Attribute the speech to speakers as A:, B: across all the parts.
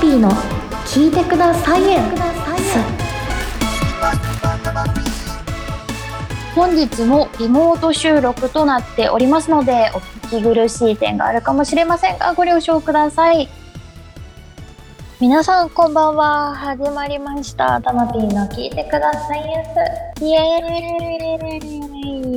A: ピーの聞いてくださいエンス
B: 本日もリモート収録となっておりますのでお聞き苦しい点があるかもしれませんがご了承ください皆さんこんばんは始まりましたたまぴーの聞いてくださいですイエ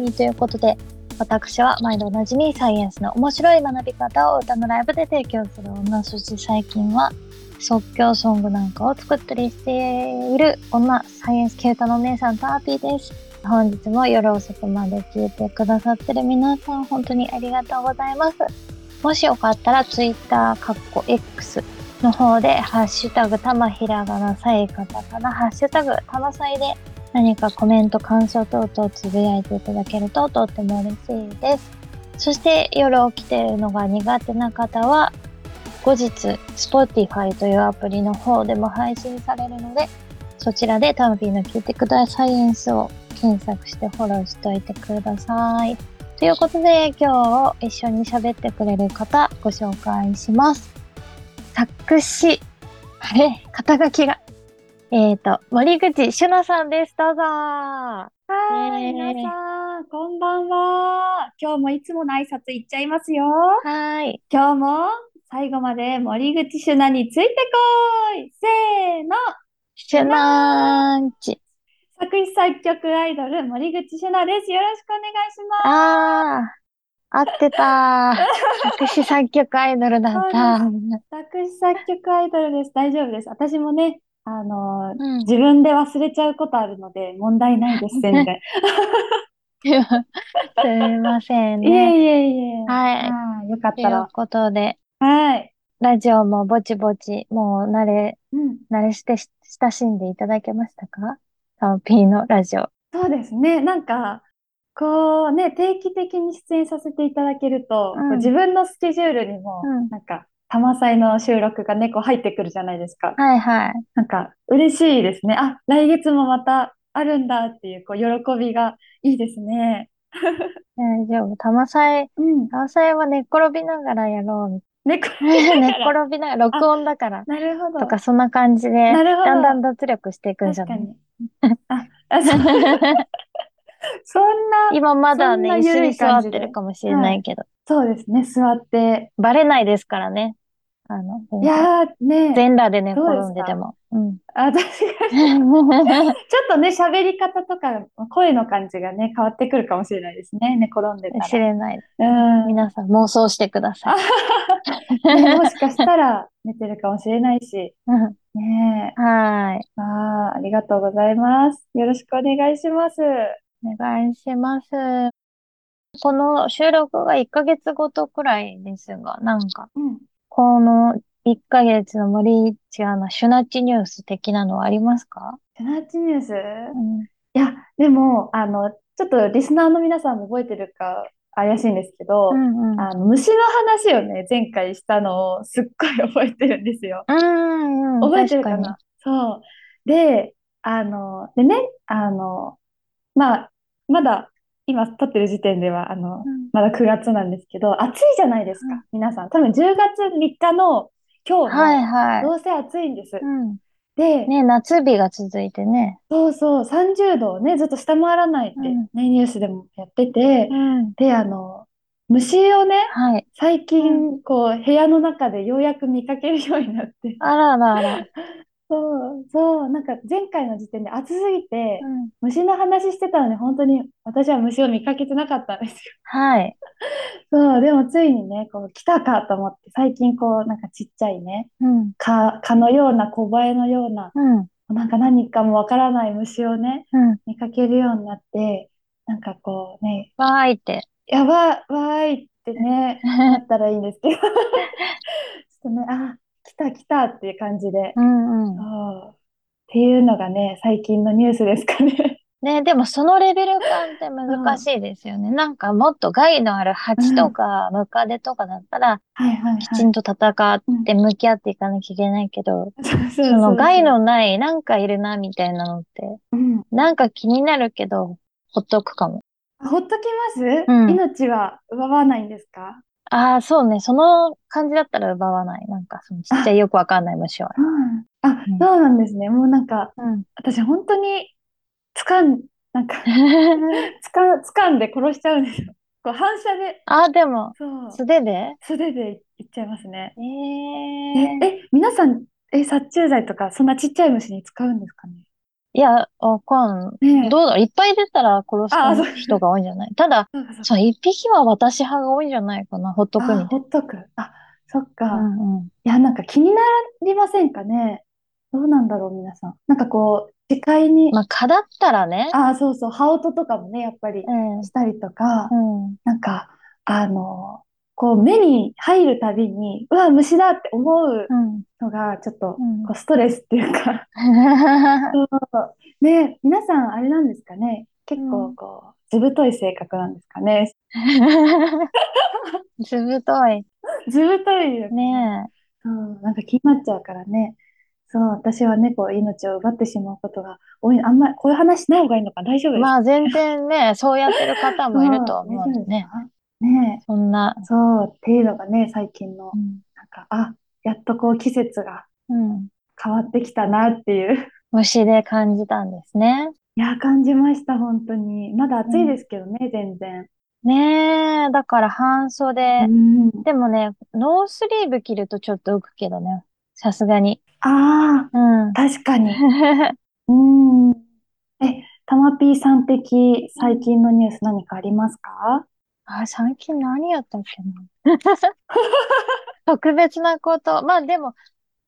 B: ーイということで私は毎度おなじみサイエンスの面白い学び方を歌のライブで提供する女そして最近は即興ソングなんかを作ったりしている女サイエンス系歌のお姉さんターピーです本日も夜遅くまで聞いてくださってる皆さん本当にありがとうございますもしよかったら Twitter かっこ X の方で「ハッシュタグたまひらがなさい方からハッシュタグたまさい」で何かコメント感想等々つぶやいていただけるととっても嬉しいですそして夜起きてるのが苦手な方は後日 Spotify というアプリの方でも配信されるのでそちらでタムピーの聞いてくださいエンスを検索してフォローしておいてください。ということで今日一緒に喋ってくれる方ご紹介します。作詞、あれ肩書きが。えっ、と、森口朱奈さんです。どうぞ。
C: は
B: ねえ
C: ーい、皆さん、こんばんは。今日もいつもの挨拶いっちゃいますよ。
B: はい。
C: 今日も最後まで森口朱奈についてこい。せーの、
B: 朱奈んち。
C: 作詞作曲アイドル森口朱奈です。よろしくお願いします。
B: あー、合ってた。 作詞作曲アイドルだった。う
C: 作詞作曲アイドルです。大丈夫です。私もね、あのー
B: ん。
C: 自分で忘れちゃうことあるので問題ないです、全 然。
B: すいません
C: いえ
B: ね。
C: いえいえ。
B: はい。
C: はい、よかっ
B: とい
C: た
B: う
C: ら。
B: ことで、
C: はい。
B: ラジオもぼちぼち、もう慣れ、
C: うん。
B: 慣れしてし親しんでいただけましたかタオピーのラジオ。
C: そうですね。なんか、こうね、定期的に出演させていただけると、こう
B: うん
C: 自分のスケジュールにも、
B: うん
C: なんか、たまさいの収録がね、こう入ってくるじゃないですか。
B: はいはい。
C: なんか、嬉しいですね。あ、来月もまたあるんだっていう、こう、喜びがいいですね。
B: 大丈夫。たまさえ、
C: うん。
B: たまさえは寝っ転びながらやろ
C: 猫
B: う。寝っ転びながら、録音だから。
C: なるほど。
B: とか、そんな感じで、
C: なるほど
B: だんだん脱力していくんじゃ
C: 確
B: な
C: か
B: い
C: に。 あ、あ、そそんな、
B: 今まだね、
C: そんな
B: 椅子
C: 緩
B: に
C: い
B: 座
C: 感
B: っ
C: じで
B: てるかもしれないけど、
C: そうですね、座って。
B: バレないですからね。あの、
C: いやー、ね、
B: 全裸で寝
C: どう
B: 転
C: ですか
B: んでても。うん。
C: あ、確かに。 ちょっとね、喋り方とか、声の感じがね、変わってくるかもしれないですね。寝転んでた
B: 知れない。
C: ら。うん。
B: 皆さん妄想してください。
C: ねもしかしたら寝てるかもしれないし。
B: うん
C: ねえ。
B: はい。
C: ああ、ありがとうございます。よろしくお願いします。
B: お願いします。この収録が1ヶ月ごとくらいですが、なんか、
C: うん。
B: この1ヶ月の森内アナ、シュナッチニュース的なのはありますか
C: シュナッチニュース
B: うん。
C: いや、でも、あの、ちょっとリスナーの皆さんも覚えてるか怪しいんですけど、
B: うんうん。
C: あの、虫の話をね、前回したのをすっごい覚えてるんですよ。
B: うんうん、
C: 覚えてる
B: 確
C: かなそう。で、あの、でね、あの、まあ、まだ今撮ってる時点では、あの
B: か、に。
C: まだ9月なんですけど、暑いじゃないです
B: うん
C: か、皆さん。多分10月3日の今日
B: はい
C: も、
B: はい。
C: どうせ暑いんです。
B: うん。
C: で、
B: ね、夏日が続いてね。
C: そうそう、30度をね、ずっと下回らないって、
B: うん
C: ね、ニュースでもやってて、
B: ん。
C: で、あの、虫をね、
B: はい。
C: 最
B: う
C: 近、こう、部屋の中でようやく見かけるようになって、
B: あららら。
C: そう、そう、なんか前回の時点で暑すぎて
B: う、ん。
C: 虫の話してたのに本当に私は虫を見かけてなかったんですよ。
B: はい。
C: そう、でもついにね、こう来たかと思って、最近こうなんかちっちゃいね、
B: うん。
C: 蚊、蚊のような小バエのような、
B: うん。
C: なんか何かもわからない虫をね、
B: うん。
C: 見かけるようになって、なんかこうね、
B: わーいって。
C: やば、わーいってね、なったらいいんです けど、ちょっとね、あ、来た来たっていう感じで、
B: うんうん。
C: そう、っていうのがね、最近のニュースですかね。
B: ね、でもそのレベル感って難しいですよね。なんかもっと害のある蜂とかムカデとかだったら、
C: はいはい
B: きちんと戦って向き合っていかなきゃいけないけど、
C: そうそう
B: そ
C: そ
B: の
C: う
B: 害のないなんかいるなみたいなのって、
C: うん。
B: なんか気になるけど、ほっとくかも。
C: ほっときます
B: うん
C: 命は奪わないんですか
B: ああ、そうね。その感じだったら奪わない。なんか、そのちっちゃいよくわかんない虫は。
C: うんあ
B: うん、
C: そうなんですね。もうなんか、
B: うん。
C: 私本当に、つかん、なんか つか、掴んで殺しちゃうんですよ。こう反射で、
B: ああ、でも、
C: そう、
B: 素手でえ
C: 素手でいっちゃいますね。え、
B: え
C: え、皆さん、え、殺虫剤とか、そんなちっちゃい虫に使うんですかね。
B: いや、わかん。
C: ねえ、
B: どうだろう。いっぱい出たら殺
C: ああそう
B: す人が多いんじゃないただ、
C: そうかそうか。
B: そう、一匹は私派が多いんじゃないかな。ほっとく
C: あ、
B: みたい
C: ほっとく。あ、そっ
B: な。う
C: か。
B: んうん。
C: いや、なんか気になりませんかね。どうなんだろう、皆さん。なんかこう、視界に、
B: まあ、蚊だったらね。
C: あ、そうそう、羽音とかもね、やっぱり
B: うん。
C: したりとか、
B: うん。
C: なんか、あの、こう、目に入るたびに、うわ、虫だって思う
B: うん。
C: のが、ちょっと、
B: うん
C: こう、ストレスっていうか、 ね、皆さん、あれなんですかね。結
B: う
C: 構、
B: ん
C: こう、ずぶとい性格なんですかね。
B: ずぶとい。
C: ずぶといよね。
B: ね
C: そう、なんか気になっちゃうからね。そう、私はね、こう、命を奪ってしまうことが多い。あんまり、こういう話しない方がいいのかな大丈夫
B: え。
C: です
B: まあ、全然ね、そうやってる方もいるとは思うんでね。
C: か。ね
B: そんな
C: え、。そう、っていうのがね、最近の
B: う、ん。
C: なんか、あ、やっとこう、季節が
B: うん。
C: 変わってきたなっていう。
B: 虫で感じたんですね。
C: いや、感じました、本当に。まだ暑いですけどね、全然。
B: ねえ、だから半袖。
C: うん。
B: でもね、ノースリーブ着るとちょっと浮くけどね。さすがに。
C: ああ、
B: うん。
C: 確かに。うん。え、たまぴーさん的最近のニュース何かありますか
B: あ、最近何やったっけな。 特別なこと。まあでも、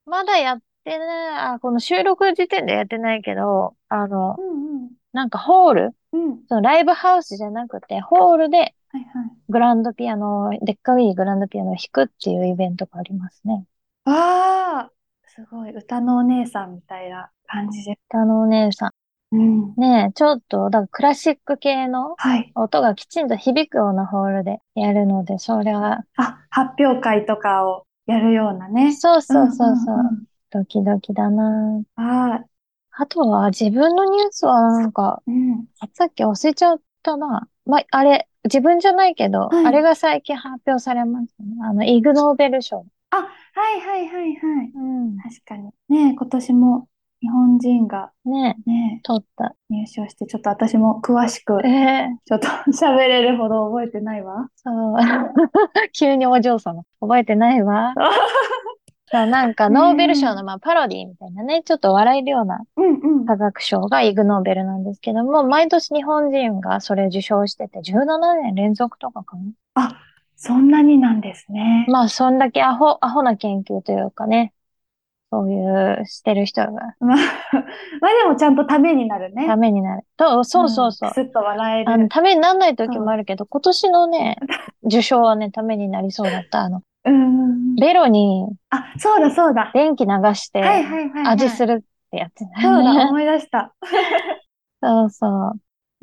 B: まだやってない、あ、この収録時点でやってないけど、あの、
C: うんうん。
B: なんかホール、
C: うん。
B: そのライブハウスじゃなくて、ホールで
C: はいはい。
B: グランドピアノを、でっかいグランドピアノを弾くっていうイベントがありますね。
C: わあ、すごい歌のお姉さんみたいな感じで。
B: あのお姉さ
C: うん。
B: ん。ねえ、ちょっと、だからクラシック系の
C: はい。
B: 音がきちんと響くようなホールでやるので、それは、
C: あ、発表会とかをやるようなね。
B: そうそうそうそう、
C: んん
B: ドキドキだなぁ
C: うん。ああ、
B: あとは自分のニュースはなんか、
C: うん。
B: さっき忘れちゃったな。まあ、あれ、自分じゃないけど、
C: はい
B: あれが最近発表されましたね。あの、イグ・ノーベル賞。
C: あ、はいはいはいはい。
B: うん。
C: 確かに。ねえ、今年も日本人が
B: ね、
C: ね
B: 取った。
C: え、入賞して、ちょっと私も詳しく、
B: ええ
C: ちょっと 喋れるほど覚えてないわ。
B: そう。急にお嬢様。覚えてないわ。そう、なんか、ノーベル賞の、まあ、パロディみたいなね、ちょっと笑え るような
C: うんうん。
B: 科学賞がイグ・ノーベルなんですけども、毎年日本人がそれ受賞してて、17年連続とかかな。
C: そんなになんですね。
B: まあ、そんだけアホ、アホな研究というかね、そういう、してる人が
C: まあ、 まあでもちゃんとためになるね。
B: ためになる。と、そうそうそう
C: ク。スッと笑え
B: あの、
C: る。
B: ためにならない時もあるけど、今年のね、受賞はね、ためになりそうだった。あの、
C: うんうんうん。
B: ベロに
C: あ、そうだそうだ。
B: 電気流して
C: はいはいはいはい。
B: 味するってやつね。
C: そうだ、思い出した。
B: そうそう。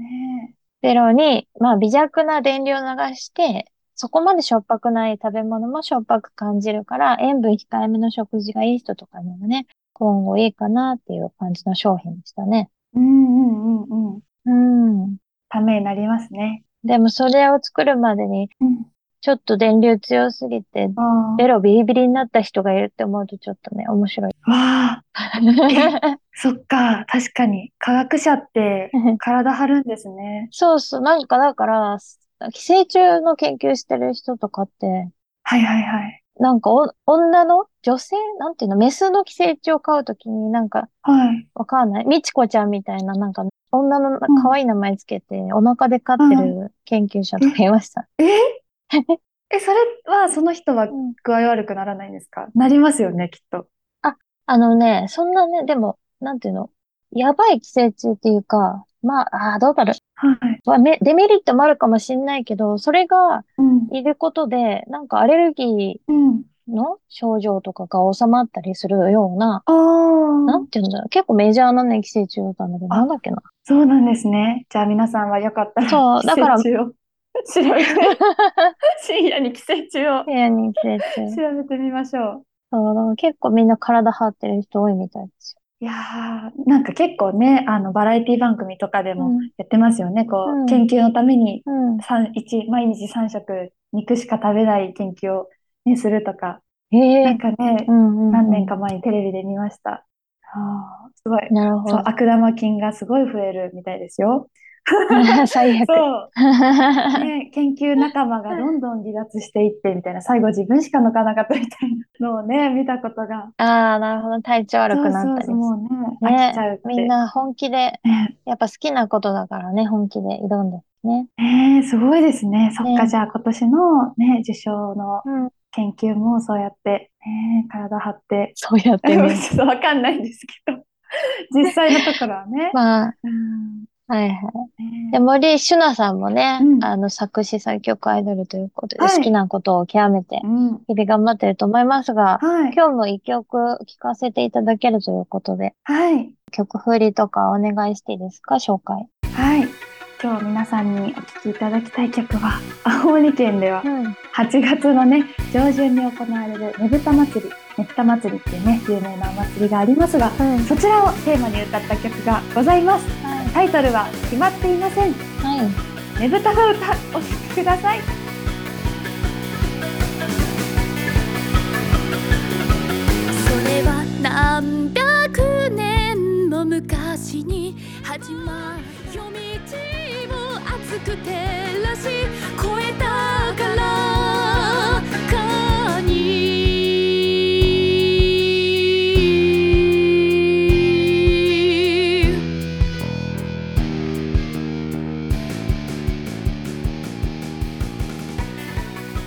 C: ね
B: ベロに、まあ、微弱な電流を流して、そこまでしょっぱくない食べ物もしょっぱく感じるから、塩分控えめの食事がいい人とかにもね、今後いいかなっていう感じの商品でしたね。
C: えうんうんうんうん。
B: うん。
C: ためになりますね。
B: でもそれを作るまでに、
C: うん。
B: ちょっと電流強すぎて、
C: あ
B: ベロビリビリになった人がいるって思うとちょっとね、面白い。
C: あ。わあ、そっか。確かに。科学者って体張るんですね。
B: そうそう、なんかだから、寄生虫の研究してる人とかって、
C: はいはいはい。
B: なんかお女の女性なんていうのメスの寄生虫を飼うときになんか、
C: はい。
B: わかんない。みちこちゃんみたいな、なんか、女の
C: うん
B: 可愛い名前つけて、お腹で飼ってる研究者とかい ました。
C: え、それは、その人は
B: うん
C: 具合悪くならないんですかなりますよね、きっと。
B: あのね、そんなね、でも、なんていうのやばい寄生虫っていうか、まあ、あーどうだろう。
C: はい。
B: まあめデメリットもあるかもしんないけど、それが
C: うん。
B: いることで、なんかアレルギー
C: うん。
B: の症状とかが収まったりするような、
C: あ
B: な
C: あ
B: ん。ていうんだろう。結構メジャーなね、寄生虫だったんだけど、
C: あ
B: なんだっけな。
C: そうなんですね。じゃあ皆さんはよかったら、
B: そうだから
C: 寄生虫を調べて、深夜に寄生虫を
B: 部屋に寄生虫。
C: 調べてみましょう。
B: そう、結構みんな体張ってる人多いみたいですよ。
C: えいやーなんか結構ね、あの、バラエティ番組とかでもやってますよね。こ
B: うん
C: う、研究のために
B: うん。
C: 三一毎日3食肉しか食べない研究を、ね、するとか、
B: へ
C: なん
B: え。
C: かね
B: う、んうん。
C: 何年。か前にテレビで見ました。あーすごい。
B: なるほ
C: そう、
B: ど。
C: 悪玉菌がすごい増えるみたいですよ。
B: 最悪。
C: そう。ね、研究仲間がどんどん離脱していってみたいな、最後自分しか抜かなかったみたいなのをね、見たことが。
B: ああ、なるほど。体調悪くなったり
C: そうそうそ
B: し
C: う、
B: て。
C: もうね、飽きちゃうって。
B: みんな本気で、
C: ね、
B: やっぱ好きなことだからね、本気で挑んでるね。
C: ねえすごいですね。そっ
B: ね
C: か、じゃあ今年のね、受賞の
B: うん。
C: 研究もそうやって、ね、体張って。
B: そうやっ
C: ち
B: てね。
C: ょっとわかんないんですけ ど、実際のところはね。
B: まあ、
C: うん
B: はいはい。
C: ね
B: で、森シュナさんもね、
C: うん
B: あの、作詞作曲アイドルということで、
C: はい
B: 好きなことを極めて、
C: うん、
B: 日々頑張ってると思いますが、
C: はい、
B: 今日も一曲聴かせていただけるということで、
C: はい。
B: 曲振りとかお願いしていいですか紹介。
C: はい。今日皆さんにお聴きいただきたい曲は、青森県では
B: うん。
C: 8月のね、上旬に行われるねぶた祭り、ねぶた祭りっていうね、有名なお祭りがありますが、
B: うん。
C: そちらをテーマに歌った曲がございます。
B: はい。
C: タイトルは決まっていません。
B: はい。
C: ねぶたの歌、お聴きください。
D: それは何百年も昔に始まる夜道を熱く照らし越えたからかに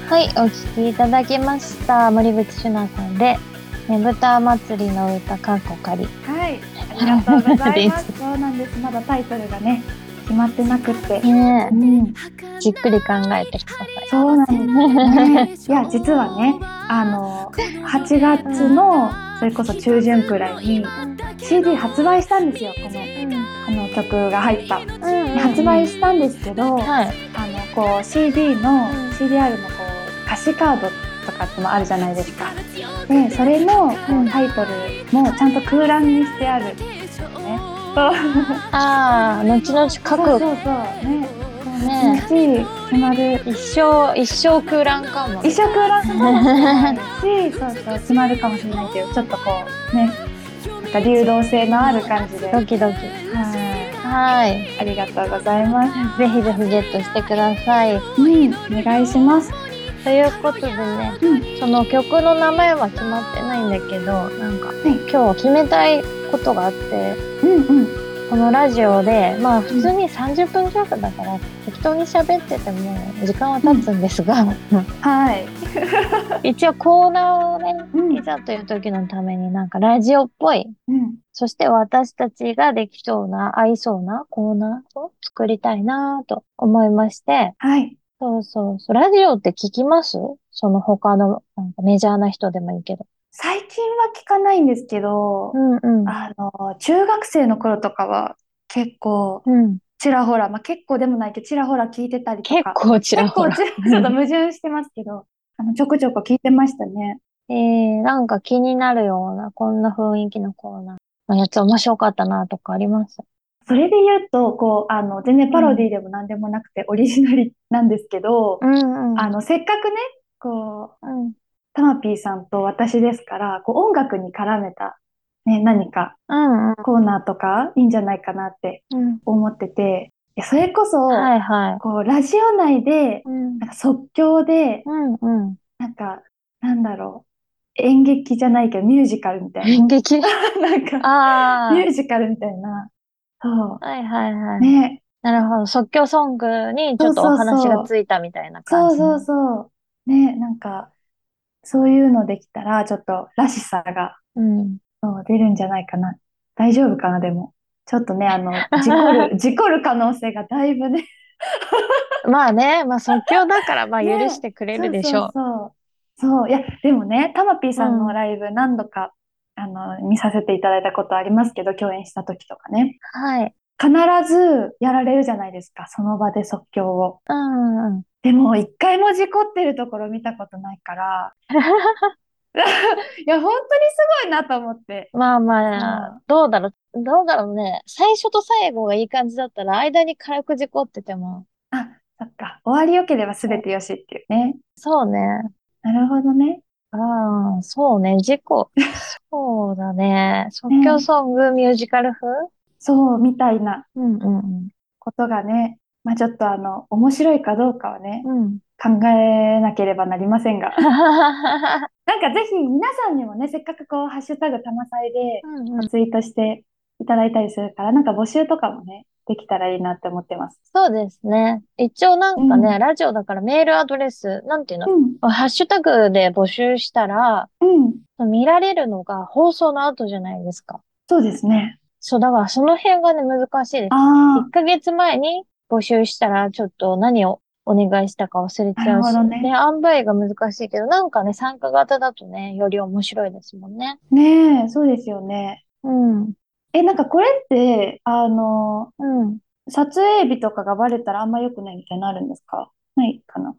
B: はい、お聞きいただきました。森口シュナさんで、ねぶた祭りの歌、かっこかり。
C: はい。ありがとうございます。そうなんです。まだタイトルがね、決まってなくって。
B: ね
C: うん。
B: じっくり考えてください
C: そうなん ですね。いや、実はね、あ
D: あの
C: の、
D: 8月のそれこそ中旬くらいに CD
C: CD
D: 発
C: 発
D: 売
C: 売
D: し
C: したた
D: ん
C: ん
D: で
C: ですす
D: よ
C: よ
D: こ
C: こ
D: の
C: の
B: ん
C: この曲が入った。
B: うんうん
C: 発売したんですけど、あ
B: はい。
C: の、こう CD の、
B: うん
C: CDR のこう歌詞カードとかってもあるじゃないですか。で、
D: でそ
C: そ
D: れ
C: れの
D: う
C: こ
D: ん
C: うタイトルもちゃんと空欄にしてある。そう
D: ね
B: ああ、後々書
C: そう
B: く。
C: そうそう。ね。
B: ね
C: この1決まる。
B: 一生、一生空欄かも。
C: 一生空欄かもしれない し、そうそう、決まるかもしれないけど、ちょっとこう、ね、なんか流動性のある感じで。は
B: ド
C: い。
B: キドキ。はい。
C: ありがとうございます。
B: ぜひぜひゲットしてください。
C: うん、お願いします。
B: ということでね、
C: うん
B: その曲の名前は決まってないんだけど、なんか、
C: い
B: 今日決めたいことがあって、
C: うんうん。
B: このラジオで、まあ普通に30分弱だから、適当に喋ってても時間は経つんですが、
C: はい。
B: 一応コーナーをね、
C: うん
B: いざという時のためになんかラジオっぽい、
C: うん。
B: そして私たちができそうな、合いそうなコーナーを作りたいなと思いまして、
C: はい。
B: そうそうそう、ラジオって聞きますその他のなんかメジャーな人でもいいけど。
C: 最近は聞かないんですけど
B: う、んうん。
C: あの、中学生の頃とかは結構
B: うん。
C: ちらほら、まあ、結構でもないけど、ちらほら聞いてたりと
B: 結
C: か、
B: 構ちらほら。
C: 結構ちらちょっと矛盾してますけど、あの、ちょこちょこ聞いてましたね。
B: えー、なんか気になるような、こんな雰囲気のコーナーのやつ面白かったなとかあります
C: それで言うと、こう、あの、全然パロディでも何でもなくて、オリジナルなんですけど、
B: うんうん。
C: あの、せっかくね、こう、
B: うん。
C: タマピーさんと私ですから、こう音楽に絡めた、ね、何か
B: うんうん。
C: コーナーとかいいんじゃないかなって
B: うん。
C: 思ってて、いやそれこそ、
B: はいはい。
C: こうラジオ内で、
B: うん。
C: なんか即興で、
B: うん うん。
C: なんか、なんだろう、演劇じゃないけどミュージカルみたい
B: 演劇
C: な、 なんか
B: あ
C: ミュージカルみたいな、そ
B: あ。はいはいは
C: う、
B: い。
C: ね、
B: なるほど。即興ソングにちょっとお話がついたみたいな
C: そ
B: 感
C: う
B: じ。
C: そうそう、ね、なんか、そういうのできたら、ちょっとらしさが、
B: うん。
C: そう、出るんじゃないかな。大丈夫かな、でも。ちょっとね、あの、事故 る、事故る可能性がだいぶね。
B: まあね、まあ即興だからまあ許
C: ね
B: してくれるでし
C: そうそ
B: ょ
C: うそう。そう、いや、でもね、タマピーさん
B: うん
C: のライブ何度か、あの、見させていただいたことありますけど、共演した時とかね。
B: う。はい。
C: 必ずやられるじゃないですか、その場で即興を。
B: うんうんうん。
C: でも、一回も事故ってるところ見たことないから、いや、本当にすごいなと思って。
B: まあまあ、どうだろう。どうだろうね。最初と最後がいい感じだったら、間に軽く事故ってても。
C: あ、そっか。終わり良ければ全て良しっていうね。
B: そうね。
C: なるほどね。
B: ああ、そうね。事 故。そうだね。即興ソング、ミュージカル風
C: そう、みたいな
B: うんうん
C: ことがね、まあちょっとあの、面白いかどうかはね、
B: うん。うん。
C: 考えなければなりませんが。 なんかぜひ皆さんにもね、せっかくこう、ハッシュタグたまさいで
B: うんうん
C: ツイートしていただいたりするから、なんか募集とかもね、できたらいいなって思ってます。
B: そうですね。一応なんか
C: う
B: ね、ラジオだからメールアドレス、なんていうの
C: うん、
B: ハッシュタグで募集したら、
C: うん、
B: 見られるのが放送の後じゃないですか。
C: そうですね。
B: そう、だからその辺がね、難しいです。
C: あ
B: 1ヶ月前に募集したら、ちょっと何をお願いしたか忘れちゃう
C: なる
B: し、
C: ほどね
B: ね、塩梅が難しいけど、なんかね、参加型だとね、より面白いですもんね。
C: あ、ねえ、そうですよね。
B: うん、
C: え、なんかこれって、あの、
B: うん。
C: 撮影日とかがバレたらあんま良くないみたいなのあるんですかないかな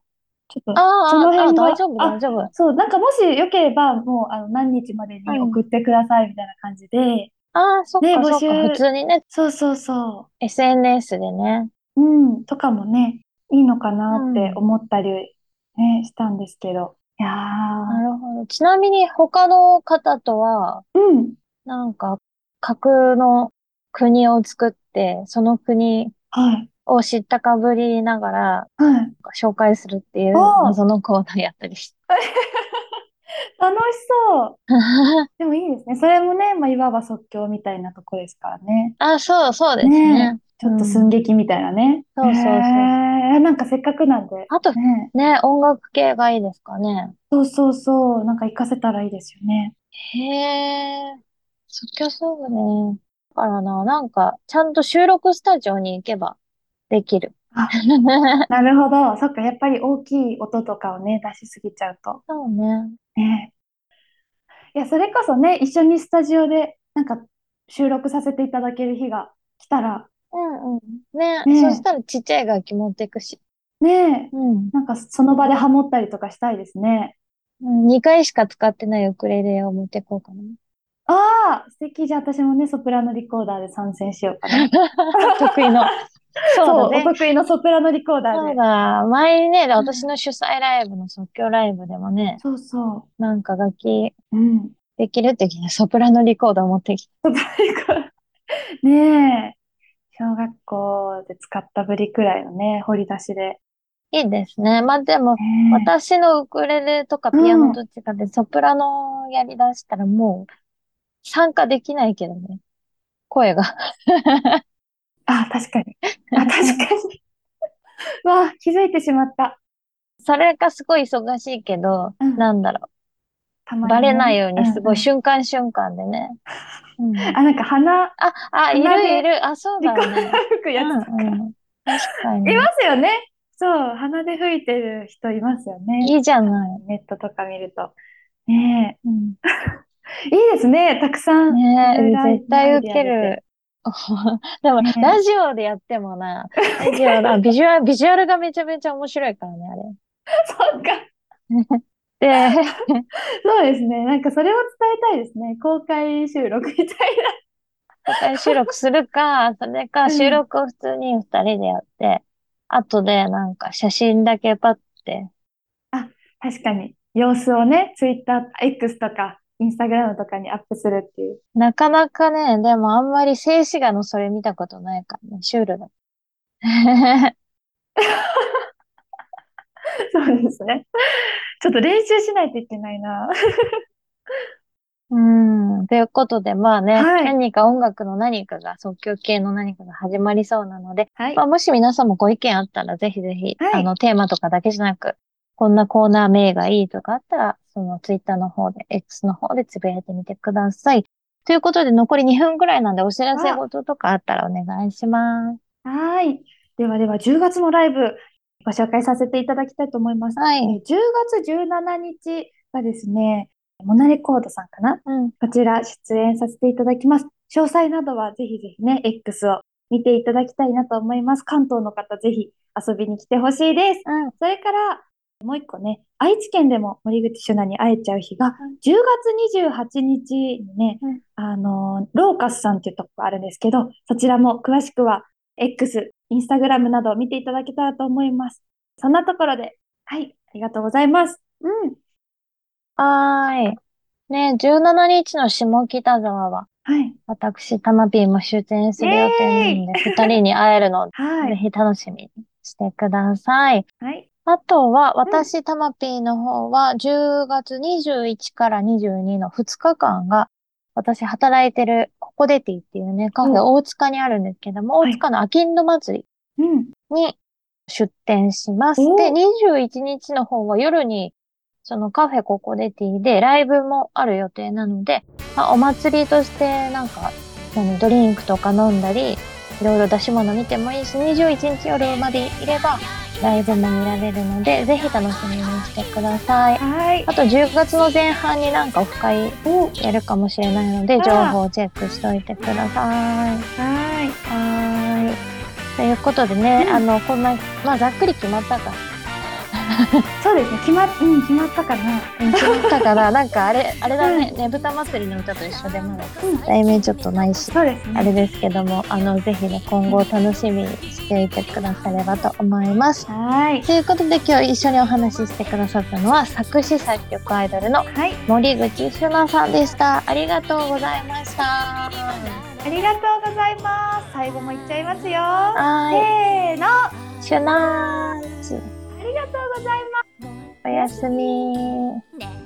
C: ちょっ
B: あ
C: と、
B: あ、
C: その辺
B: あ
C: は
B: 大丈夫、
C: あ
B: 大丈夫。
C: そう、なんかもしよければ、もう、あの、何日までに送ってくださいみたいな感じで、
B: ああ、そっ
C: ね
B: か、そっ
C: 募集
B: か。普通にね、
C: そうそうそ
B: SNS でね。
C: う、うん、とかもね、いいのかなって
B: うん
C: 思ったり、ね、したんですけど。いや
B: なるほど。ちなみに他の方とは、
C: ー、うん、
B: なんか、架空の国を作って、その国
C: はい、
B: を知ったかぶりながら、
C: はい。
B: 紹介するっていう
C: おう
B: 謎のコーナーやったりして。
C: 楽しそう。でもいいですね。それもね、まあ、いわば即興みたいなとこですからね。
B: あ、そう、そうですね。
C: ちょっと寸劇みたいなね。
B: うんそうそうそう
C: へーなんかせっかくなんで。
B: あと、
C: ね。
B: ね、音楽系がいいですかね。
C: そうそうそう。なんか活かせたらいいですよね。
B: へー。即興ソングね。だからな、なんか、ちゃんと収録スタジオに行けばできる。
C: あなるほど。そっか。やっぱり大きい音とかをね、出しすぎちゃうと。
B: そうね。
C: ね。いや、それこそね、一緒にスタジオで、なんか収録させていただける日が来たら、
B: うんうん。ね、
C: ね
B: そしたらちっちゃい楽器持っていくし。
C: ねえ、
B: うん。
C: なんかその場でハモったりとかしたいですね。
B: 2回しか使ってないウクレレを持ってこ うかな。
C: ああ、素敵。じゃあ私もね、ソプラノリコーダーで参戦しようかな。
B: 得意の。 そう
C: そう、
B: だね。
C: お得意のソプラノリコーダ
B: そう
C: ーで。
B: だ、前にね、私の主催ライブの即興ライブでもね、
C: そうそ
B: なんか楽器
C: う。うん。
B: できるって聞いて、ソプラノリコーダー持ってきて。
C: ソプラノリコーダー。ねえ。小学校で使ったぶりくらいのね、掘り出しで。
B: いいですね。まあでも、
C: ねえ
B: 私のウクレレとかピアノと違って、ソプラノやりだしたらもう、参加できないけどね。声が。
C: あ、確かに。 あ、確かに。わあ、気づいてしまった。
B: それがすごい忙しいけど、
C: うん
B: なんだろ
C: たまにね
B: う。バレないようにすご
C: う
B: い
C: ん
B: 瞬間瞬間でね。うん
C: うんあ、なんか鼻、
B: あ、あ、い
C: 鼻
B: る
C: で
B: いる。あ、そうだよね。
C: 吹くやつと
B: うん
C: か。
B: うん確か
C: い
B: に。
C: ますよね。そう、鼻で吹いてる人いますよね。
B: いいじゃない。
C: ネットとか見ると。ね
B: うん
C: え。いいですね。たくさん。
B: ね
C: いろいろア
B: え、
C: イ
B: 絶対
C: アイ
B: 受
C: デア出
B: ける。 でも、
C: ねえ
B: ラジオでやってもな、ラジオ な、ビジュアル、ビジュアルがめちゃめちゃ面白いからね、
C: そっか。
B: あれ。で、
C: そうですね。なんかそれを伝えたいですね。公開収録みたい
B: 公開収録するか、 それか
C: うん
B: 収録を普通に二人でやって、後でなんか写真だけパッて、
C: な。確かに。様子をね、ツイッター、X とか、インスタグラムとかにアップするっていう。
B: なかなかね、でもあんまり静止画のそれ見たことないからね、シュールだ。
C: そうですね。ちょっと練習しないといけないな。
B: うん、ということで、まあね、
C: はい
B: 何か音楽の何かが、即興系の何かが始まりそうなので、
C: はい
B: ま。あ、もし皆さんもご意見あったら、ぜひぜひ、
C: はい
B: あの、テーマとかだけじゃなく、こんなコーナー名がいいとかあったら、そのツイッターの方で、X の方でつぶやいてみてください。ということで、残り2分ぐらいなんで、お知らせ事とかあったらお願いします。
C: はい。ではでは、10月のライブ、ご紹介させていただきたいと思います。
B: は
C: えー
B: い。
C: 10月17日がですね、モナレコードさんかな
B: うん。
C: こちら出演させていただきます。詳細などはぜひぜひね、X を見ていただきたいなと思います。関東の方ぜひ遊びに来てほしいです。
B: うん。
C: それから、もう一個ね、愛知県でも森口修奈に会えちゃう日が、10月28日にね、
B: うん
C: あの、ローカスさんっていうとこがあるんですけど、そちらも詳しくは X、インスタグラムなどを見ていただけたらと思います。そんなところで、はい、ありがとうございます。うん。
B: はーい。ね、17日の下北沢は、
C: はい。
B: 私、たまぴーも出演する予定なので、二人に会えるの
C: は
B: で、ぜ
C: い。
B: ひ楽しみにしてください。
C: はい。
B: あとは、私、たまぴーの方は、10月21から22の2日間が、私、働いてる、ココデティっていうね、カフェ、
C: う
B: 大塚にあるんですけども、
C: はい
B: 大塚のアキンド祭り
C: うん。
B: に出店します。
C: お
B: で、21日の方は夜に、そのカフェココデティでライブもある予定なので、まあ、お祭りとしてなんか、何ドリンクとか飲んだり、いろいろ出し物見てもいいし、21日夜までいれば、ライブも見られるので、ぜひ楽しみにしてください。
C: はい。
B: あと10月の前半になんかオフ会
C: お
B: やるかもしれないので、
C: あ
B: 情報をチェックしておいてください。
C: はい。
B: はーい。ということでね、
C: うん
B: あの、こんな、まあ、ざっくり決まったか。
C: そうですね。決まっ、うん、決まったかな。
B: うん決まっ たから、なんかあれ、あれだね、ねぶた祭りの歌と一緒で、まだ、題名ちょっとないし、
C: そうですね。
B: あれですけども、あの、ぜひね、今後楽しみにしていてくださればと思います。
C: はい。
B: ということで今日一緒にお話ししてくださったのは作詞作曲アイドルの
C: はい。
B: 森口ひなさんでした。ありがとうございました。
C: ありがとうございます。最後も言っちゃいますよ。
B: は
C: せーの。あ
B: い。ひなーち。
C: りがとうございます。
B: おやすみ。
D: ね